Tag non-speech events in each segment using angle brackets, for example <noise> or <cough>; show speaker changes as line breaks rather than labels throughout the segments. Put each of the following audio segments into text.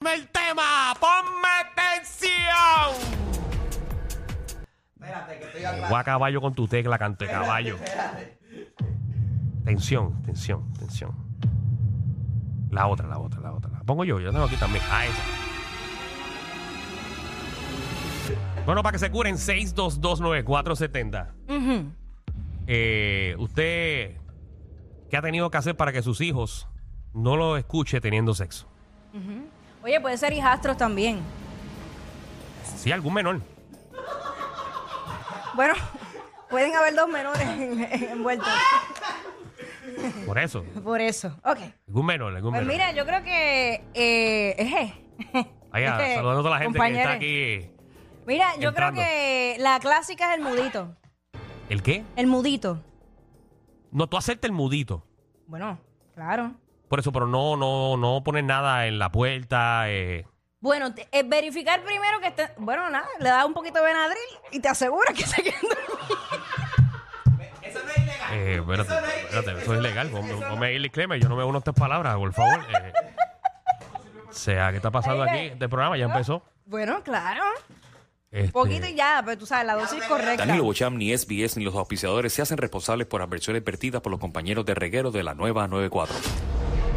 ponme el tema, ponme atención.
Espérate, que estoy
Voy
aclarando.
a caballo con tu tecla, canto de caballo.
Espérate.
Tensión, tensión, tensión. La otra, la otra, la otra. La pongo yo, yo tengo aquí también. Ah, esa. Bueno, para que se curen, 6229470.
Ujú.
Eh, usted, ¿qué ha tenido que hacer para que sus hijos no lo escuche teniendo sexo?
Oye, puede ser hijastros también.
Sí, algún menor.
Bueno, <laughs> pueden haber dos menores en- en- envueltos.
Por eso.
Por eso. Ok.
Algún menor, algún
Pues
menor.
mira, yo creo que. Eh, eje.
<laughs> Allá,
Eje,
saludando a toda la gente
compañeros.
que está aquí.
Mira, yo
entrando.
creo que la clásica es el mudito.
¿El qué?
El mudito.
No, tú hacerte el mudito.
Bueno, claro.
Por eso, pero no, no, no poner nada en la puerta. eh.
Bueno, te- eh, verificar primero que esté. Bueno, nada, le das un poquito de Benadryl y te aseguras que <laughs> se queden dormidos.
Eso no es ilegal.
Eh, espérate,
Eso no es-
espérate,
eso
eso es
no-
ilegal. Ponme,
eso no-
ponme ahí el disclaimer. Yo no me uno a estas palabras, por favor. eh. O sea, ¿qué está pasando
Ahí ve.
aquí? Este programa ya empezó.
Bueno, claro.
Este,
Poquito y ya, pero tú sabes, la dosis correcta.
Danilo Bocham, ni SBS, ni los auspiciadores se hacen responsables por adversiones vertidas por los compañeros de reguero de la nueva 94.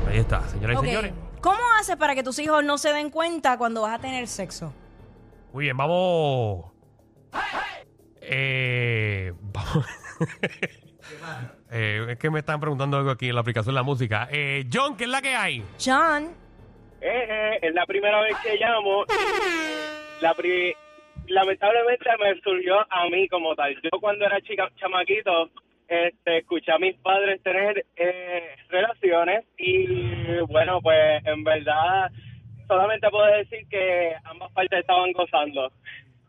Ahí está, señoras
Ok.
y señores.
¿Cómo haces para que tus hijos no se den cuenta cuando vas a tener sexo?
Muy bien, vamos. Eh, vamos. <laughs> Eh, es que me están preguntando algo aquí en la aplicación de la música. Eh, John, ¿qué es la que hay?
John,
Eh, eh, es la primera vez que llamo. La pri- Lamentablemente me surgió a mí como tal. Yo cuando era chica, chamaquito, este, escuché a mis padres tener eh, relaciones y bueno, pues en verdad solamente puedo decir que ambas partes estaban gozando.
O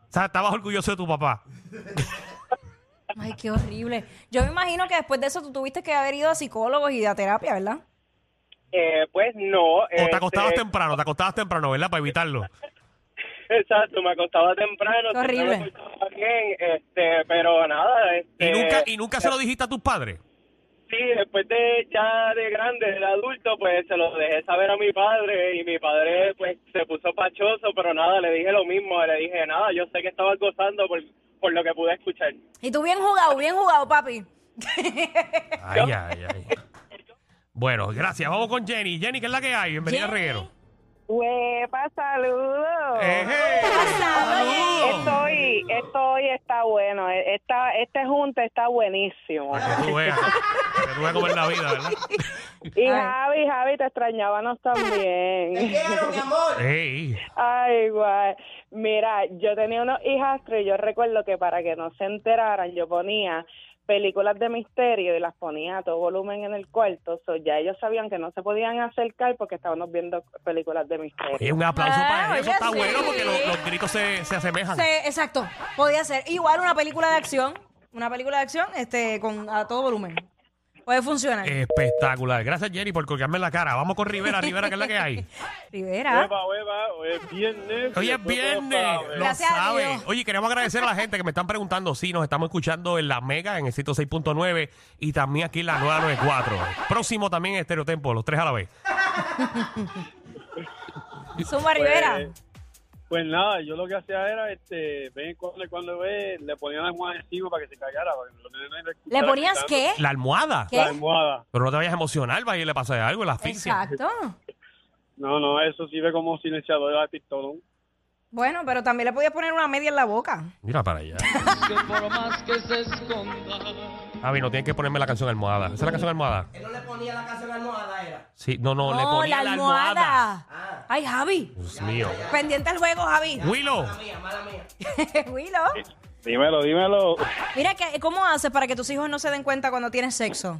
sea, estabas orgulloso de tu papá.
Ay, qué horrible. Yo me imagino que después de eso tú tuviste que haber ido a psicólogos y a terapia, ¿verdad?
Eh, pues no.
O te acostabas
este,
temprano, te acostabas temprano, ¿verdad? Para evitarlo.
Exacto, me acostaba temprano.
Qué horrible.
temprano me acostaba Bien, este, pero nada. Este,
Y nunca, y nunca se lo dijiste a tus padres.
Sí, después de ya de grande, de adulto, pues se lo dejé saber a mi padre y mi padre pues se puso pachoso, pero nada, le dije lo mismo, le dije nada, yo sé que estaba gozando por, por lo que pude escuchar.
Y tú bien jugado, bien jugado, papi. <laughs>
Ay, ay, ay. Bueno, gracias. Vamos con Jenny. Jenny, ¿qué es la que hay? Bienvenida al
Jenny.
reguero.
Huepa, saludos.
Ejé. ¡Saludos!
Estoy, estoy, está bueno. Esta, este junta está buenísimo.
Para que tú veas. Para que tú veas cómo es la vida, ¿verdad?
Y
Ay.
Javi, Javi, te extrañábamos
Te
también.
quiero, mi amor.
Ey.
Ay, guay. Mira, yo tenía unos hijastros y yo recuerdo que para que no se enteraran, yo ponía películas de misterio y las ponía a todo volumen en el cuarto. So, ya ellos sabían que no se podían acercar porque estábamos viendo películas de misterio.
Oye, Eh, un aplauso
Ah,
para ellos. Eso
oye,
está
sí.
bueno porque los, los gritos se, se asemejan.
Sí, exacto. Podía ser igual una película de acción, una película de acción este con a todo volumen. Puede funcionar.
Eh, Espectacular. Gracias, Jenny, por colgarme la cara. Vamos con Rivera. Rivera, ¿qué es la que hay?
Rivera.
hoy es viernes.
Hoy es viernes, lo
Gracias a
sabe.
Dios.
Oye, queremos agradecer a la gente que me están preguntando si nos estamos escuchando en la Mega, en el 106.9 y también aquí en la 994. Próximo también en Estereotempo, los tres a la vez.
Zumba Rivera.
Pues nada, yo lo que hacía era, este, ven cuando, cuando ve, le ponía la almohada encima para que se callara.
¿Le ponías qué?
La almohada.
¿Qué? La
almohada.
Pero no te vayas a emocionar, vaya y le pasa algo, la asfixia.
Exacto.
No, no, eso sirve como silenciador de pistolón.
Bueno, pero también le podías poner una media en la boca.
Mira para allá.
que por más que se esconda.
Javi, no tienes Ah, que ponerme la canción almohada. ¿Esa es la canción almohada?
Él no le ponía la casa a la almohada, era.
Sí, no, no, le ponía la almohada.
Ah,
Oh, Ay, Javi.
Dios mío.
Pendiente al juego, Javi. <laughs>
Willow,
mala mía, mala mía.
Willow.
Dímelo, dímelo.
Mira, que, ¿cómo haces para que tus hijos no se den cuenta cuando tienes sexo?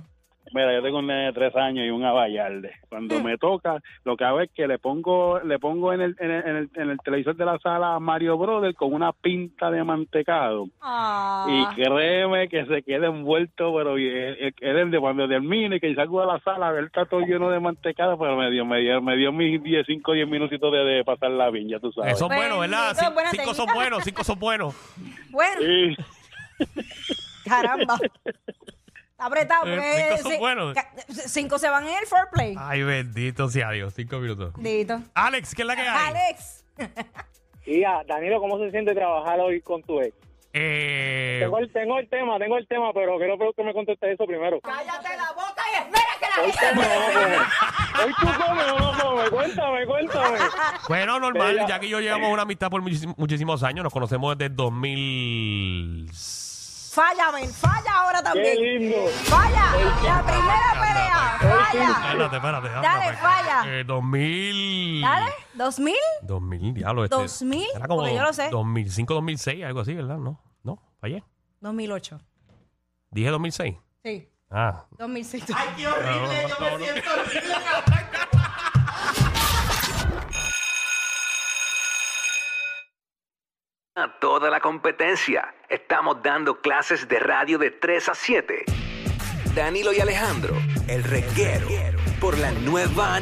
Mira, yo tengo un nene de tres años y un abayalde. Cuando me toca, lo que hago es que le pongo le pongo en el, en el, en el, en el televisor de la sala a Mario Brothers con una pinta de mantecado.
Ah.
Y créeme que se queda envuelto, pero él de cuando termine, que salgo de la sala, él está todo lleno de mantecado, pero me dio, me dio, me dio mis 10, 5, 10 minutitos de, de pasar la viña, tú sabes.
son buenos, ¿verdad?
Bendito, buena
Cin- Cinco son
técnica.
buenos,
<laughs>
cinco son buenos.
Bueno,
Sí.
caramba. Está apretado.
Eh,
porque,
cinco son
eh, sí,
buenos. Ah.
ca- Cinco se van en el foreplay.
Ay, bendito sea Dios. Cinco minutos.
Dito.
Alex, ¿qué es la que hay?
Alex.
Y a Danilo, ¿cómo se siente trabajar hoy con tu ex?
Eh,
Tengo el, tengo el tema, tengo el tema, pero quiero que me conteste eso primero.
Cállate la boca y espera que la
Hoy
gente...
come o no come. Hoy tú comes o no comes. Cuéntame, cuéntame.
bueno, normal.
Mira.
Ya que yo llevamos una amistad por muchísim- muchísimos años. Nos conocemos desde el 2000.
Falla, men. Falla ahora
Qué
también.
lindo.
Falla. La primera pelea. Falla.
Espérate, espérate. anda,
Dale,
pues.
falla.
Eh, 2000.
Dale. ¿Dos mil?
2000, diablo. Este,
2000,
Era como
porque yo lo sé.
2005, 2006, algo así, ¿verdad? No, no, fallé.
Dos mil ocho.
Dije 2006.
Sí.
Ah.
Dos mil seis.
Ay, qué horrible, yo me siento horrible.
a toda la competencia. Estamos dando clases de radio de 3 a 7. Danilo y Alejandro, el reguero, por la nueva